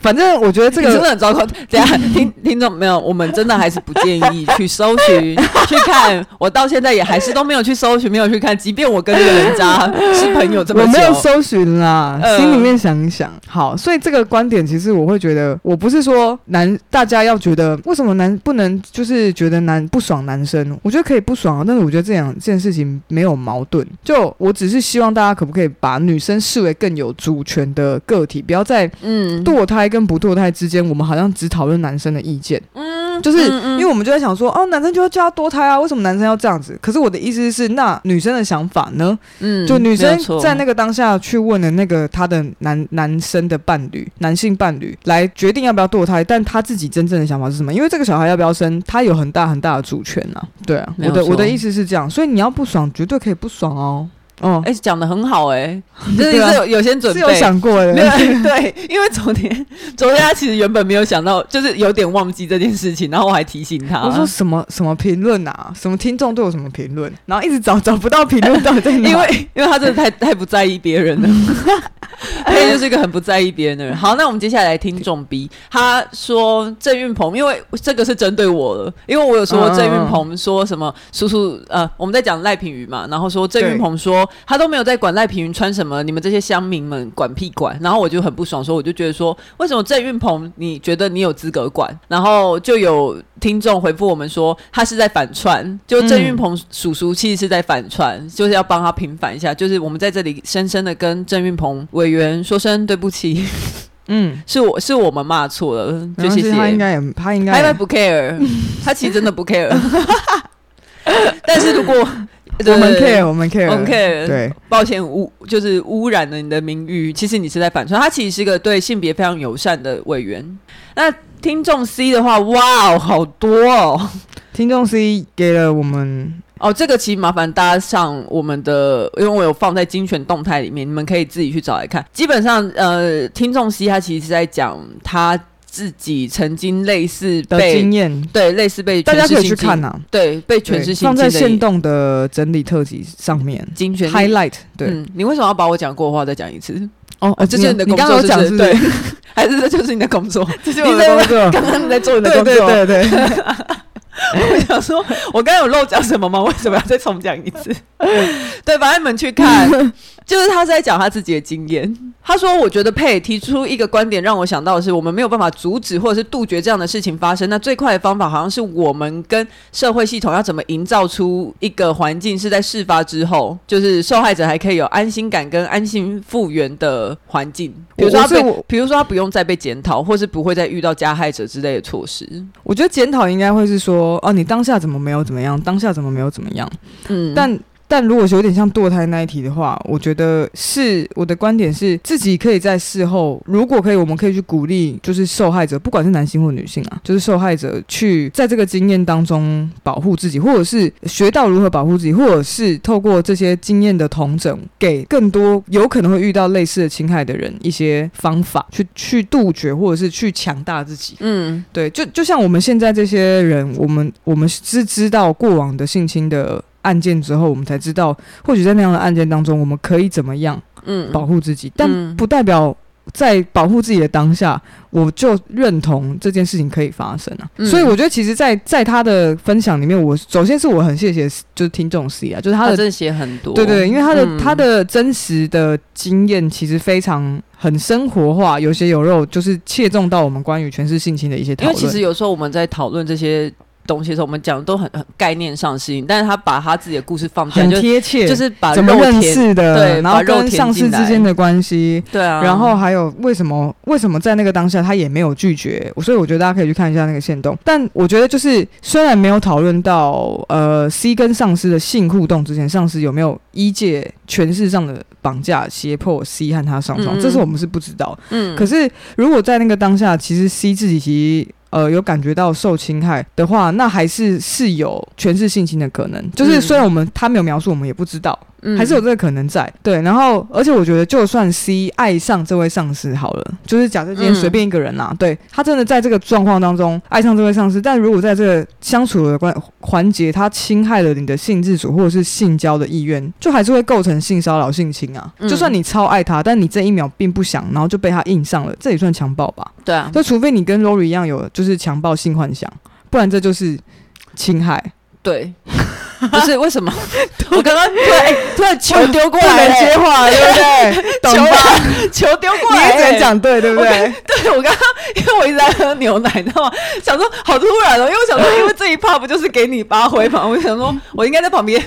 Speaker 2: 反正我觉得这
Speaker 1: 这
Speaker 2: 个
Speaker 1: 个真的很糟糕。等一下听听众没有，我们真的还是不建议去搜 寻去看。我到现在也还是都没有去搜寻，没有去看。即便我跟这个人 渣是朋友这么
Speaker 2: 我
Speaker 1: 久，
Speaker 2: 没有搜寻啦，
Speaker 1: 呃
Speaker 2: 心里面想一想。好，所以这个观点其实我会觉得，我不是说男大家要觉得为什么男不能就是觉得男不爽男生，我觉得可以不爽啊，但是我觉得这两件事情没有矛盾。就我只是希望大家可不可以把女生视为更有主权的个体，不要在
Speaker 1: 嗯
Speaker 2: 堕胎跟不堕胎之间，我们好像只讨论男生的意 见。
Speaker 1: 嗯
Speaker 2: 就是
Speaker 1: 嗯嗯
Speaker 2: 因为我们就在想说，哦，男生就要叫他堕胎啊，为什么男生要这样子？可是我的意思是，那女生的想法呢？
Speaker 1: 嗯
Speaker 2: 就女生在那
Speaker 1: 个
Speaker 2: 个当下去问了那个她的男男生的伴侣、男性伴侣来决定要不要堕胎，但她自己真正的想法是什么？因为这个小孩要不要生，她有很大很大的主权呐、对啊，
Speaker 1: 没有
Speaker 2: 我的
Speaker 1: 错
Speaker 2: 我的意思是这样，所以你要不爽，绝对可以不爽哦。哦，
Speaker 1: 哎讲的很好哎，就是
Speaker 2: 对啊
Speaker 1: 是有有先准
Speaker 2: 是
Speaker 1: 备
Speaker 2: 有想过哎
Speaker 1: 没有
Speaker 2: 的，
Speaker 1: 对，因为昨天昨天他其实原本没有想到，就是有点忘记这件事情，然后我还提醒他，
Speaker 2: 我说什么什么评论啊，什么听众对我什么评论，然后一直找找不到评论到底在哪，
Speaker 1: 因为因为他真的太太不在意别 人了，他也就是一个很不在意别人的人。好，那我们接下来听众 B，他说郑运鹏，因为这个是针对我了，因为我有说过郑运鹏说什么叔叔呃，我们在讲赖品妤嘛，然后说郑运鹏说说他都没有在管赖品云穿什么，你们这些乡民们管屁管。然后我就很不爽，说我就觉得说，为什么郑运鹏你觉得你有资格管？然后就有听众回复我们说，他是在反串，就
Speaker 2: 嗯
Speaker 1: 郑运鹏叔叔其实是在反串，就是要帮他平反一下。就是我们在这里深深的跟郑运鹏委员说声对不起，
Speaker 2: 嗯，
Speaker 1: 是我是我们骂错了，就
Speaker 2: 然后
Speaker 1: 谢
Speaker 2: 是
Speaker 1: 谢。
Speaker 2: 他应该也他应
Speaker 1: 他
Speaker 2: 该
Speaker 1: 应该
Speaker 2: 也
Speaker 1: 不 care，他其实真的不 care。但是如果
Speaker 2: 我们
Speaker 1: 对
Speaker 2: care 我们 care
Speaker 1: 我们 care，
Speaker 2: 对，
Speaker 1: 抱歉污就是污染了你的名誉，其实你是在反串。他其实是个对性别非常友善的委员。那听众 C 的话，哇哦，好多哦。
Speaker 2: 听众 C 给了我们，
Speaker 1: 哦，这个其实麻烦大家上我们的，因为我有放在精选动态里面，你们可以自己去找来看。基本上，呃，听众 C 他其实是在讲他自己曾经类似
Speaker 2: 的
Speaker 1: 被
Speaker 2: 经验，
Speaker 1: 对类似被
Speaker 2: 大家
Speaker 1: 全
Speaker 2: 可
Speaker 1: 市
Speaker 2: 以去
Speaker 1: 性侵
Speaker 2: 看呐、啊，
Speaker 1: 对，被全
Speaker 2: 对
Speaker 1: 是性
Speaker 2: 放在
Speaker 1: 侵的
Speaker 2: 线动的整理特辑上面
Speaker 1: 精选
Speaker 2: highlight 对、
Speaker 1: 嗯，你为什么要把我讲过的话再讲一次？
Speaker 2: 哦
Speaker 1: 哦，这是你的
Speaker 2: 你
Speaker 1: 工
Speaker 2: 刚刚
Speaker 1: 作，
Speaker 2: 有讲
Speaker 1: 是
Speaker 2: 是
Speaker 1: 不
Speaker 2: 不是
Speaker 1: 对，，还是这就是你的工作？
Speaker 2: 这是
Speaker 1: 我
Speaker 2: 我
Speaker 1: 的
Speaker 2: 的
Speaker 1: 工
Speaker 2: 工 作，
Speaker 1: 刚刚你在做你的
Speaker 2: 对
Speaker 1: 工作。
Speaker 2: 对对对，
Speaker 1: 我想说，我刚刚有漏讲什么吗？为什么要再重讲一 次？对，反正你们去看，就是他是在讲他自己的经验。他说：“我觉得佩提出一个观点，让我想到的是，我们没有办法阻止或者是杜绝这样的事情发生。那最快的方法，好像是我们跟社会系统要怎么营造出一个环境，是在事发之后，就是受害者还可以有安心感跟安心复原的环境。比如说他
Speaker 2: 我是
Speaker 1: 被
Speaker 2: 我，
Speaker 1: 比如说他不用再被检讨，或是不会再遇到加害者之类的措施。
Speaker 2: 我觉得检讨应该会是说，哦，你当下怎么没有怎么样，当下怎么没有怎么样，
Speaker 1: 嗯，
Speaker 2: 但。但如果是有点像堕胎那一题的话，我觉得是我的观点是自己可以在事后，如果可以，我们可以去鼓励，就是受害者，不管是男性或女性啊，就是受害者去在这个经验当中保护自己，或者是学到如何保护自己，或者是透过这些经验的同整，给更多有可能会遇到类似的侵害的人一些方法，去去杜绝或者是去强大自己。
Speaker 1: 嗯，
Speaker 2: 对，就就像我们现在这些人，我们我们是知道过往的性侵的案件之后，我们才知道，或许在那样的案件当中，我们可以怎么样
Speaker 1: 嗯
Speaker 2: 保护自己，但
Speaker 1: 嗯
Speaker 2: 不代表。在保护自己的当下，我就认同这件事情可以发生啊。
Speaker 1: 嗯
Speaker 2: 所以我觉得，其实在，在他的分享里面，我首先是我很谢谢，就是听众 C 啊，就是他
Speaker 1: 他
Speaker 2: 的
Speaker 1: 真的写很多，
Speaker 2: 对对，因为他的、
Speaker 1: 嗯
Speaker 2: 他的真实的经验其实非常很生活化，有血有肉，就是切中到我们关于全是性侵的一些讨
Speaker 1: 因为
Speaker 2: 论。
Speaker 1: 其实有时候我们在讨论这些东西的时候，我们讲的都很很概念上的事情，但是他把他自己的故事放进来，
Speaker 2: 很
Speaker 1: 就
Speaker 2: 贴切，
Speaker 1: 就是把
Speaker 2: 怎么
Speaker 1: 肉
Speaker 2: 认
Speaker 1: 填
Speaker 2: 识的，
Speaker 1: 对
Speaker 2: 然后
Speaker 1: 把肉
Speaker 2: 跟
Speaker 1: 填
Speaker 2: 上司
Speaker 1: 进来
Speaker 2: 之间的关系。
Speaker 1: 对啊，
Speaker 2: 然后还有为什么为什么在那个当下他也没有拒绝，所以我觉得大家可以去看一下那个线动。但我觉得就是虽然没有讨论到呃 C 跟上司的性互动之前，上司有没有依借权势上的绑架胁迫 C 和他上
Speaker 1: 嗯
Speaker 2: 床，
Speaker 1: 嗯
Speaker 2: 这是我们是不知道。
Speaker 1: 嗯，
Speaker 2: 可是如果在那个当下，其实 C 自己其实呃有感觉到受侵害的话，那还是是有权势性侵的可能。就是
Speaker 1: 嗯
Speaker 2: 虽然我们他没有描述，我们也不知道，
Speaker 1: 嗯
Speaker 2: 还是有这个可能在。对，然后而且我觉得，就算 C 爱上这位上司好了，就是假设今天
Speaker 1: 嗯
Speaker 2: 随便一个人啦、对他真的在这个状况当中爱上这位上司，但如果在这个相处的关环节，他侵害了你的性自主或者是性交的意愿，就还是会构成性骚扰、性侵啊。
Speaker 1: 嗯
Speaker 2: 就算你超爱他，但你这一秒并不想，然后就被他硬上了，这也算强暴吧？
Speaker 1: 对啊，
Speaker 2: 就除非你跟 Lori 一样有就是强暴性幻想，不然这就是侵害。
Speaker 1: 对，不是为什 么？我刚刚突然哎突然球丢过
Speaker 2: 不
Speaker 1: 来
Speaker 2: 能
Speaker 1: 欸，
Speaker 2: 接话，对 不对？懂
Speaker 1: 球
Speaker 2: 吧？
Speaker 1: 球丢过
Speaker 2: 你
Speaker 1: 来
Speaker 2: 也只能
Speaker 1: 欸，
Speaker 2: 讲对，对不对？
Speaker 1: 对我刚 刚因为我一直在喝牛奶，你知道吗？想说好突然哦，因为我想 说，因为这一趴不就是给你发挥嘛？我想说，我应该在旁边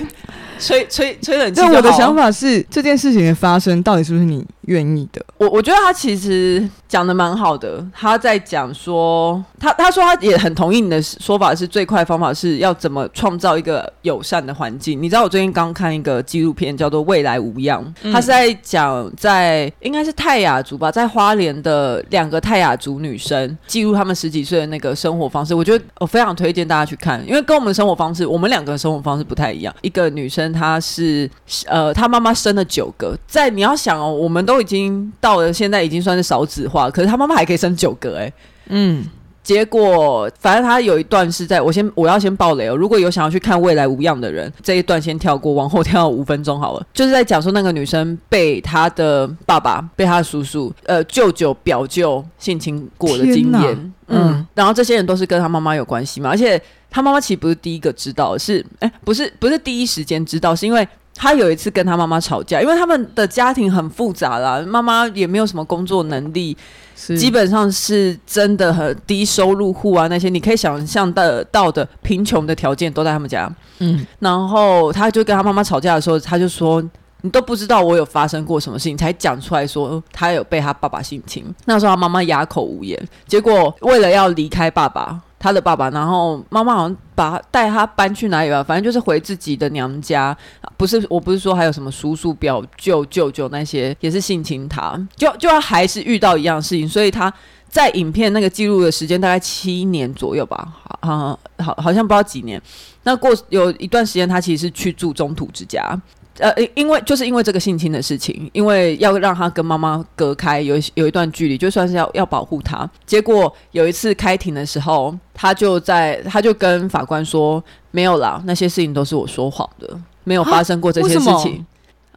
Speaker 1: 吹吹吹 冷气就
Speaker 2: 就
Speaker 1: 好了。啊
Speaker 2: 我的想法是，这件事情的发生到底是不是你愿意的？
Speaker 1: 我我觉得他其实讲的蛮好的，他在讲说，他他说他也很同意你的说法，是最快的方法是要怎么创造一个友善的环境。你知道我最近刚看一个纪录片叫做《未来无恙》，他是在讲在应该是泰雅族吧，在花莲的两个泰雅族女生记录她们十几岁的那个生活方式。我觉得我非常推荐大家去看，因为跟我们的生活方式，我们两个的生活方式不太一样。一个女生她是呃，她妈妈生了九个，在你要想哦，我们都已经到了现在已经算是少子化，可是她妈妈还可以生九个、欸，
Speaker 2: 嗯，
Speaker 1: 结果，反正他有一段是在我先我要先爆雷哦。如果有想要去看《未来无恙》的人，这一段先跳过，往后跳五分钟好了。就是在讲说那个女生被她的爸爸、被她的叔叔、呃舅舅、表舅性侵过的经
Speaker 2: 天哪
Speaker 1: 验，
Speaker 2: 嗯
Speaker 1: 嗯，然后这些人都是跟她妈妈有关系嘛，而且她妈妈其实不是第一个知道，是哎不是不是第一时间知道，是因为。他有一次跟他妈妈吵架，因为他们的家庭很复杂啦，妈妈也没有什么工作能力，
Speaker 2: 是
Speaker 1: 基本上是真的很低收入户啊，那些你可以想象的到的贫穷的条件都在他们家。
Speaker 2: 嗯，
Speaker 1: 然后他就跟他妈妈吵架的时候，他就说：“你都不知道我有发生过什么事情，才讲出来说呃他有被他爸爸性侵。”那时候他妈妈哑口无言。结果为了要离开爸爸，他的爸爸，然后妈妈好像把他带他搬去哪里啊吧，反正就是回自己的娘家。啊不是，我不是说还有什么叔叔、表舅、舅舅那些也是性侵他，就就他还是遇到一样的事情，所以他。在影片那个记录的时间大概七年左右吧，好，好，好像不知道几年。那过有一段时间，他其实是去住中途之家，呃，因因为就是因为这个性侵的事情，因为要让他跟妈妈隔开，有一有一段距离，就算是要要保护他。结果有一次开庭的时候，他就在他就跟法官说：“没有啦，那些事情都是我说谎的，没有发生过这些事
Speaker 2: 啊为什
Speaker 1: 情。”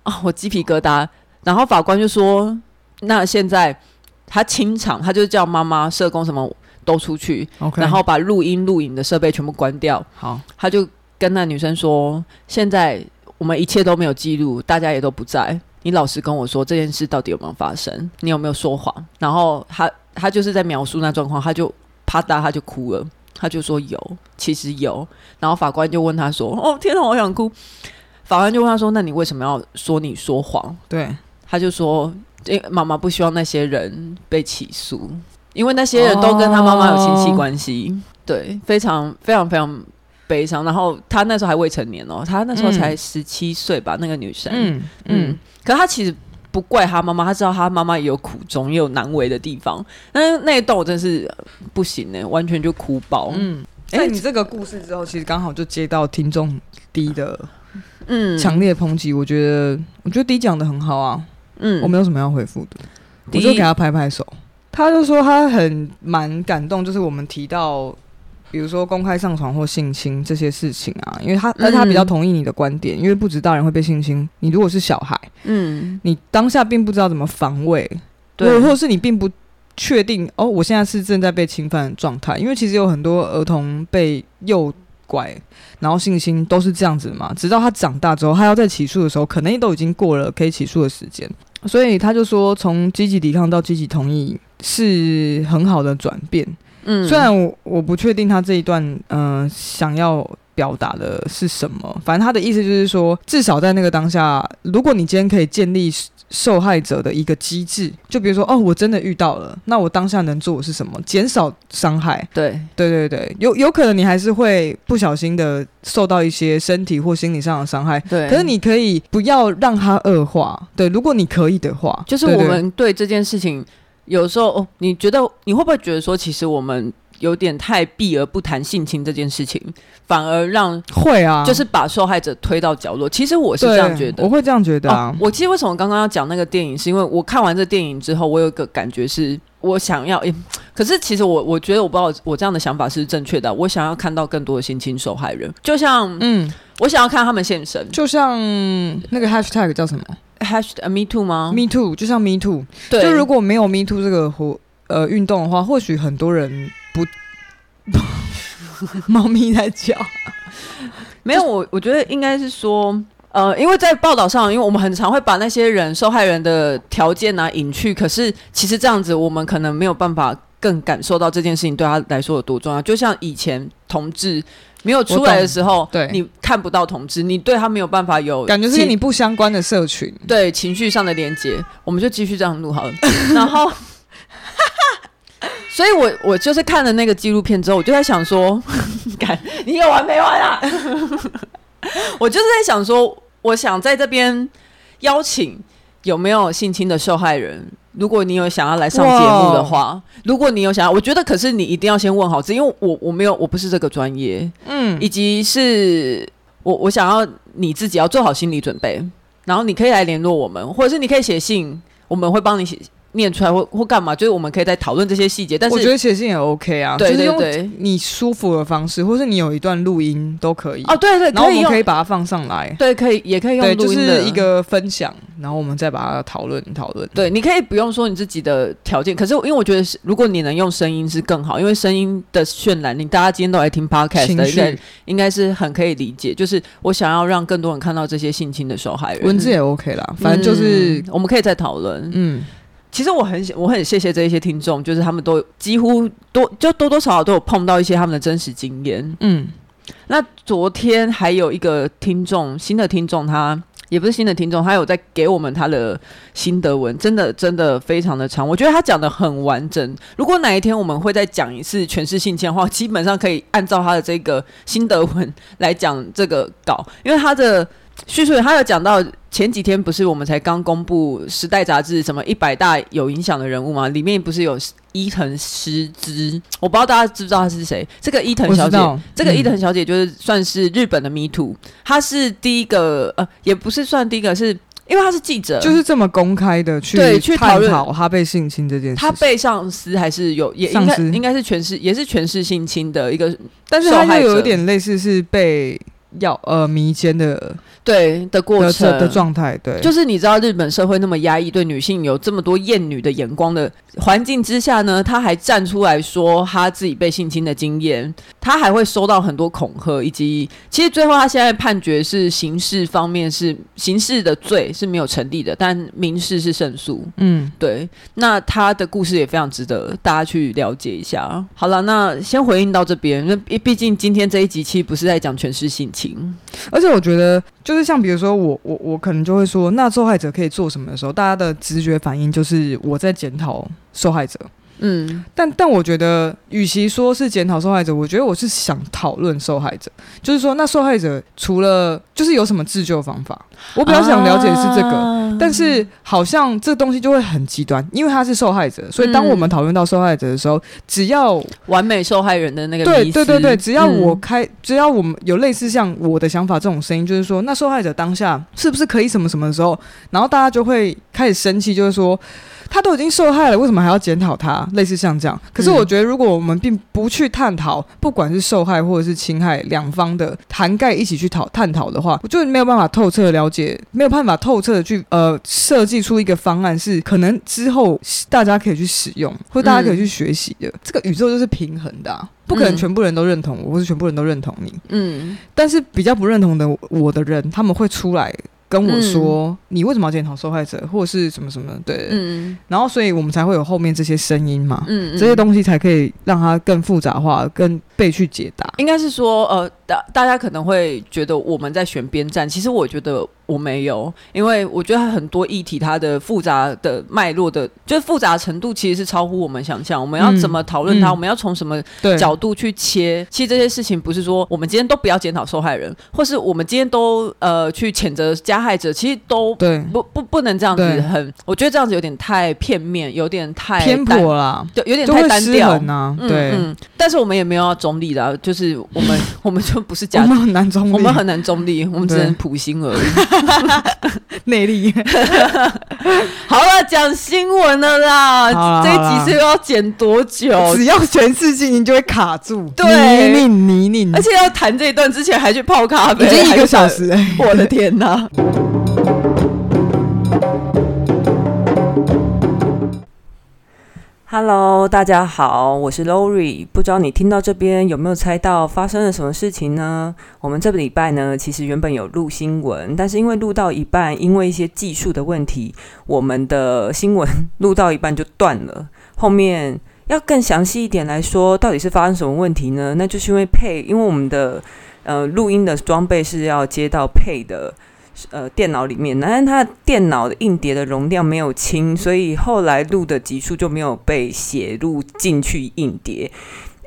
Speaker 1: 啊，我鸡皮疙瘩。然后法官就说：“那现在他清场，他就叫妈妈、社工什么都出去，
Speaker 2: ，OK，
Speaker 1: 然后把录音、录影的设备全部关掉。”
Speaker 2: 好，
Speaker 1: 他就跟那女生说：“现在我们一切都没有记录，大家也都不在。你老实跟我说这件事到底有没有发生？你有没有说谎？”然后他他就是在描述那状况，他就啪嗒他就哭了，他就说有，其实有。然后法官就问他说：“哦，天哪，我好想哭。”法官就问他说：“那你为什么要说你说谎
Speaker 2: 对，？”
Speaker 1: 他就说：“因为妈妈不希望那些人被起诉，因为那些人都跟他妈妈有亲戚关系。
Speaker 2: 哦
Speaker 1: 对，非常非常非常悲伤。然后她那时候还未成年哦，她那时候才十七岁吧，那个女生。嗯
Speaker 2: 嗯嗯
Speaker 1: 嗯，，可她其实不怪她妈妈，她知道她妈妈也有苦衷，也有难为的地方。但是那一段我真是呃不行呢、完全就哭爆。嗯
Speaker 2: 嗯，哎、
Speaker 1: 哎
Speaker 2: 你这个故事之后，其实刚好就接到听众 D 的
Speaker 1: 嗯
Speaker 2: 强烈抨击，我觉得，我觉得 D 讲的很好啊，
Speaker 1: 嗯
Speaker 2: 我没有什么要回复的，我
Speaker 1: D-
Speaker 2: 就给他拍拍手。他就说他很蛮感动，就是我们提到，比如说公开上床或性侵这些事情啊，因为他，但是他比较
Speaker 1: 嗯
Speaker 2: 同意你的观点，因为不止大人会被性侵，你如果是小孩，
Speaker 1: 嗯
Speaker 2: 你当下并不知道怎么防卫，
Speaker 1: 对
Speaker 2: 或或者是你并不确定哦，我现在是正在被侵犯的状态，因为其实有很多儿童被诱拐，然后性侵都是这样子嘛，直到他长大之后，他要再起诉的时候，可能都已经过了可以起诉的时间，所以他就说从积极抵抗到积极同意。是很好的转变，
Speaker 1: 嗯
Speaker 2: 虽然我我不确定他这一段嗯、呃想要表达的是什么，反正他的意思就是说，至少在那个当下，如果你今天可以建立受害者的一个机制，就比如说哦，我真的遇到了，那我当下能做的是什么？减少伤害。
Speaker 1: 对
Speaker 2: 对对对，有有可能你还是会不小心的受到一些身体或心理上的伤害，
Speaker 1: 对，
Speaker 2: 可是你可以不要让它恶化。对，如果你可以的话，
Speaker 1: 就是
Speaker 2: 对
Speaker 1: 我
Speaker 2: 对
Speaker 1: 们对这件事情，有时候哦，你觉得你会不会觉得说，其实我们有点太避而不谈性侵这件事情，反而让
Speaker 2: 会啊，
Speaker 1: 就是把受害者推到角落？其实我是
Speaker 2: 对
Speaker 1: 这样觉得
Speaker 2: 我。会这样觉得啊
Speaker 1: 哦。我其实为什么刚刚要讲那个电影，是因为我看完这电影之后，我有一个感觉是，我想要，诶可是其实我我觉得我不知道我这样的想法是正确的，啊我想要看到更多的性侵受害人，就像、
Speaker 2: 嗯，
Speaker 1: 我想要看他们现身
Speaker 2: 就像那个 hashtag 叫什么、
Speaker 1: ，hash me too 吗？
Speaker 2: m e Too，就像 Me Too，
Speaker 1: 嗯对，
Speaker 2: 就如果没有 Me Too 这个活呃运动的话，或许很多人不。 猫咪在叫，
Speaker 1: 没有，我我觉得应该是说，呃，因为在报道上，因为我们很常会把那些人受害人的条件啊隐去，可是其实这样子，我们可能没有办法更感受到这件事情对他来说有多重要。就像以前同志没有出来的时候，
Speaker 2: 对
Speaker 1: 你看不到同志，你对他没有办法有
Speaker 2: 感觉是
Speaker 1: 情
Speaker 2: 跟你不相关的社群。
Speaker 1: 对情绪上的连接，我们就继续这样录好了。然后， 所以我我就是看了那个纪录片之后，我就在想说， 干你有完没完啊？我就是在想说，我想在这边邀请有没有性侵的受害人。如果你有想要来上节目的话，如果你有想要，我觉得可是你一定要先问好自己，因为我我没有我不是这个专业，
Speaker 2: 嗯，
Speaker 1: 以及是我我想要你自己要做好心理准备，然后你可以来联络我们，或者是你可以写信，我们会帮你写念出来或或干嘛，就是我们可以再讨论这些细节。但
Speaker 2: 我觉
Speaker 1: 是
Speaker 2: 得写信也 OK 啊，
Speaker 1: 对对
Speaker 2: 就是
Speaker 1: 对
Speaker 2: 用你舒服的方式，或是你有一段录音都可以。
Speaker 1: 哦，对对，
Speaker 2: 然后
Speaker 1: 可
Speaker 2: 我
Speaker 1: 以
Speaker 2: 们
Speaker 1: 用
Speaker 2: 可以把它放上来，
Speaker 1: 对可以也可以用
Speaker 2: 对，就
Speaker 1: 录音的
Speaker 2: 是一个分享，然后我们再把它讨论讨论。
Speaker 1: 对，你可以不用说你自己的条件，可是因为我觉得是，如果你能用声音是更好，因为声音的渲染力，大家今天都来听 podcast
Speaker 2: 情
Speaker 1: 的，应该
Speaker 2: 绪
Speaker 1: 应该是很可以理解。就是我想要让更多人看到这些性侵的受害人，
Speaker 2: 文字也 OK 啦，反正就是
Speaker 1: 嗯我们可以再讨论。
Speaker 2: 嗯
Speaker 1: 其实我很喜我很谢谢这一些听众，就是他们都几乎多就多多少少都有碰到一些他们的真实经验。
Speaker 2: 嗯
Speaker 1: 那昨天还有一个听众，新的听众他。也不是新的听众，他有在给我们他的心得文，真的真的非常的长，我觉得他讲的很完整。如果哪一天我们会再讲一次全是信件的话，基本上可以按照他的这个心得文来讲这个稿，因为他的叙述他有讲到前几天不是我们才刚公布《时代》杂志什么一百大有影响的人物嘛，里面不是有伊藤诗织，我不知道大家知不知道她是谁，这个伊藤
Speaker 2: 我
Speaker 1: 小
Speaker 2: 知
Speaker 1: 姐。
Speaker 2: 道
Speaker 1: 这个伊
Speaker 2: 嗯
Speaker 1: 藤小姐就是算是日本的 Me Too，她是第一个呃，也不是算第一个，是因为她是记者，
Speaker 2: 就是这么公开的去
Speaker 1: 对去讨
Speaker 2: 探
Speaker 1: 论
Speaker 2: 讨他被性侵这件事情。
Speaker 1: 她被上司还是有也应
Speaker 2: 上
Speaker 1: 该
Speaker 2: 司
Speaker 1: 应该是全市也是全市性侵的一个
Speaker 2: 但是
Speaker 1: 受
Speaker 2: 他
Speaker 1: 害
Speaker 2: 又有
Speaker 1: 者
Speaker 2: 一点类似是被要呃迷奸的
Speaker 1: 对的过
Speaker 2: 的
Speaker 1: 程
Speaker 2: 的的状态，对，
Speaker 1: 就是你知道日本社会那么压抑，对女性有这么多厌女的眼光的环境之下呢，她还站出来说她自己被性侵的经验，她还会收到很多恐吓，以及其实最后她现在判决是刑事方面是刑事的罪是没有成立的，但民事是胜诉。
Speaker 2: 嗯，
Speaker 1: 对，那她的故事也非常值得大家去了解一下。好了，那先回应到这边，那毕毕竟今天这一集期不是在讲全是性侵，
Speaker 2: 而且我觉得，就是像比如说我我我可能就会说，那受害者可以做什么的时候，大家的直觉反应就是我在检讨受害者。
Speaker 1: 嗯，
Speaker 2: 但但我觉得，与其说是检讨受害者，我觉得我是想讨论受害者，就是说，那受害者除了就是有什么自救方法，我
Speaker 1: 我
Speaker 2: 比较想了解的是这个。
Speaker 1: 个
Speaker 2: 但是好像这东西就会很极端，因为他是受害者，所以当
Speaker 1: 嗯
Speaker 2: 我们讨论到受害者的时候，只要
Speaker 1: 完美受害人的那个
Speaker 2: 对
Speaker 1: 迷思
Speaker 2: 对对对，只要我
Speaker 1: 嗯
Speaker 2: 开，只要我们有类似像我的想法这种声音，就是说，那受害者当下是不是可以什么什么的时候，然后大家就会开始生气，就是说，他都已经受害了，为什么还要检讨他？类似像这样。可是我
Speaker 1: 嗯
Speaker 2: 觉得，如果我们并不去探讨，不管是受害或者是侵害两方的涵盖一起去讨探讨的话，我就没有办法透彻地了解，没有办法透彻的去呃设计出一个方案，是可能之后大家可以去使用，或大家可以去学习的。这个宇宙就是平衡的啊、不可能
Speaker 1: 嗯
Speaker 2: 全部人都认同我，或是全部人都认同你。
Speaker 1: 嗯
Speaker 2: 但是比较不认同的我的人，他们会出来跟我说，你为什么要检讨受害者，或者是什么什么？对，
Speaker 1: 嗯
Speaker 2: 然后所以我们才会有后面这些声音嘛，
Speaker 1: 嗯，
Speaker 2: 这些东西才可以让它更复杂化，更被去解答。
Speaker 1: 应该是说，呃，大大家可能会觉得我们在选边站，其实我觉得我没有，因为我觉得很多议题它的复杂的脉络的，就是复杂程度其实是超乎我们想象。我们要
Speaker 2: 嗯
Speaker 1: 怎么讨论它？
Speaker 2: 嗯
Speaker 1: 我们要从什么
Speaker 2: 对，
Speaker 1: 角度去切？其实这些事情不是说我们今天都不要检讨受害人，或是我们今天都呃去谴责加害者，其实都。
Speaker 2: 对
Speaker 1: 不不不能这样子
Speaker 2: 对
Speaker 1: 很，我觉得这样子有点太片面，有点太
Speaker 2: 偏
Speaker 1: 单
Speaker 2: 颇啦，
Speaker 1: 对，有点
Speaker 2: 就
Speaker 1: 太
Speaker 2: 会
Speaker 1: 单
Speaker 2: 失
Speaker 1: 调。
Speaker 2: 衡啊。
Speaker 1: 嗯
Speaker 2: 对，
Speaker 1: 嗯，但是我们也没有要中立的、啊，就是我 们我们就不是
Speaker 2: 我
Speaker 1: 假，
Speaker 2: 们很难中立，
Speaker 1: 我们很难中立，我们只
Speaker 2: 对
Speaker 1: 能普心而已。
Speaker 2: 内力。
Speaker 1: 好了，讲新闻了啦，
Speaker 2: 好啦
Speaker 1: 这
Speaker 2: 好啦
Speaker 1: 一集是要剪多久？
Speaker 2: 只要全世界，你就会卡住，
Speaker 1: 对
Speaker 2: 泥泞泥泔，
Speaker 1: 而且要谈这一段之前还去泡咖啡，
Speaker 2: 已经一
Speaker 1: 还去
Speaker 2: 个
Speaker 1: 泡
Speaker 2: 小，时了。
Speaker 1: 我的天哪、
Speaker 3: Hello，大家好，我是 Lori。不知道你听到这边有没有猜到发生了什么事情呢？我们这个礼拜呢，其实原本有录新闻，但是因为录到一半，因为一些技术的问题，我们的新闻录到一半就断了。后面要更详细一点来说，到底是发生什么问题呢？那就是因为配，因为我们的呃录音的装备是要接到配的呃电脑里面，但是它电脑的硬碟的容量没有清，所以后来录的集数就没有被写入进去硬碟。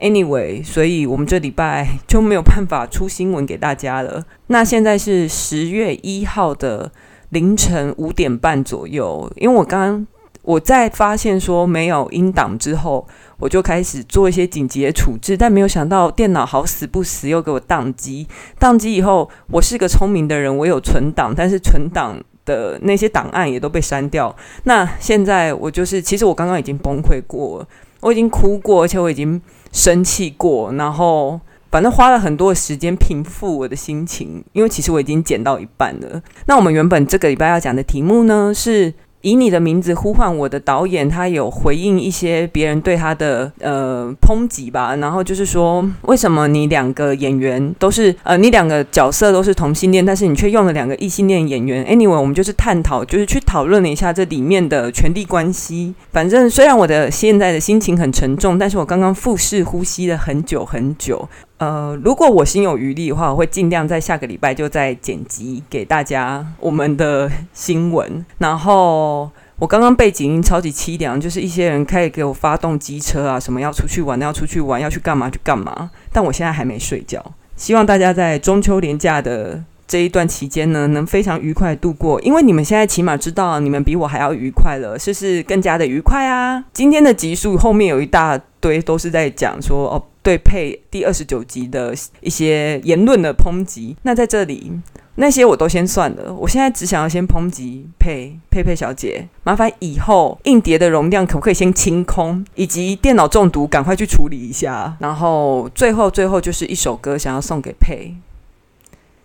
Speaker 3: Anyway，所以我们这礼拜就没有办法出新闻给大家了。那现在是十月一号的凌晨五点半左右，因为我刚刚我在发现说没有音档之后，我就开始做一些紧急的处置，但没有想到电脑好死不死又给我宕机，宕机以后，我是个聪明的人，我有存档，但是存档的那些档案也都被删掉。那现在我就是，其实我刚刚已经崩溃过了，我已经哭过，而且我已经生气过，然后反正花了很多的时间平复我的心情，因为其实我已经剪到一半了。那我们原本这个礼拜要讲的题目呢，是以你的名字呼唤我的导演，他有回应一些别人对他的呃抨击吧，然后就是说，为什么你两个演员都是呃，你两个角色都是同性恋，但是你却用了两个异性恋演员？Anyway，我们就是探讨，就是去讨论了一下这里面的权力关系。反正虽然我的现在的心情很沉重，但是我刚刚腹式呼吸了很久很久，呃，如果我心有余力的话，我会尽量在下个礼拜就再剪辑给大家我们的新闻。然后我刚刚背景音超级凄凉，就是一些人开始给我发动机车啊，什么要出去玩，要出去玩，要去干嘛去干嘛。但我现在还没睡觉，希望大家在中秋连假的。这一段期间呢，能非常愉快地度过，因为你们现在起码知道你们比我还要愉快了，是不是更加的愉快啊？今天的集数后面有一大堆都是在讲说哦，对配第二十九集的一些言论的抨击。那在这里，那些我都先算了，我现在只想要先抨击佩佩佩小姐，麻烦以后硬碟的容量可不可以先清空，以及电脑中毒赶快去处理一下。然后最后最后就是一首歌，想要送给佩。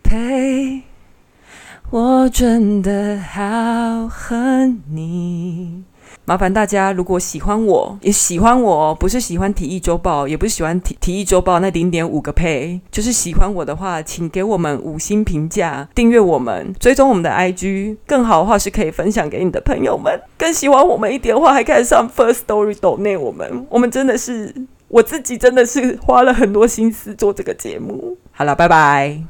Speaker 3: 陪，我真的好恨你。麻烦大家，如果喜欢我，也喜欢我哦，不是喜欢《体育周报》，也不是喜欢体《体育周报》那零点五个配，就是喜欢我的话，请给我们五星评价，订阅我们，追踪我们的 IG。更好的话是可以分享给你的朋友们。更喜欢我们一点的话，还可以上 First Story 抖内我们。我们真的是，我自己真的是花了很多心思做这个节目。好了，拜拜。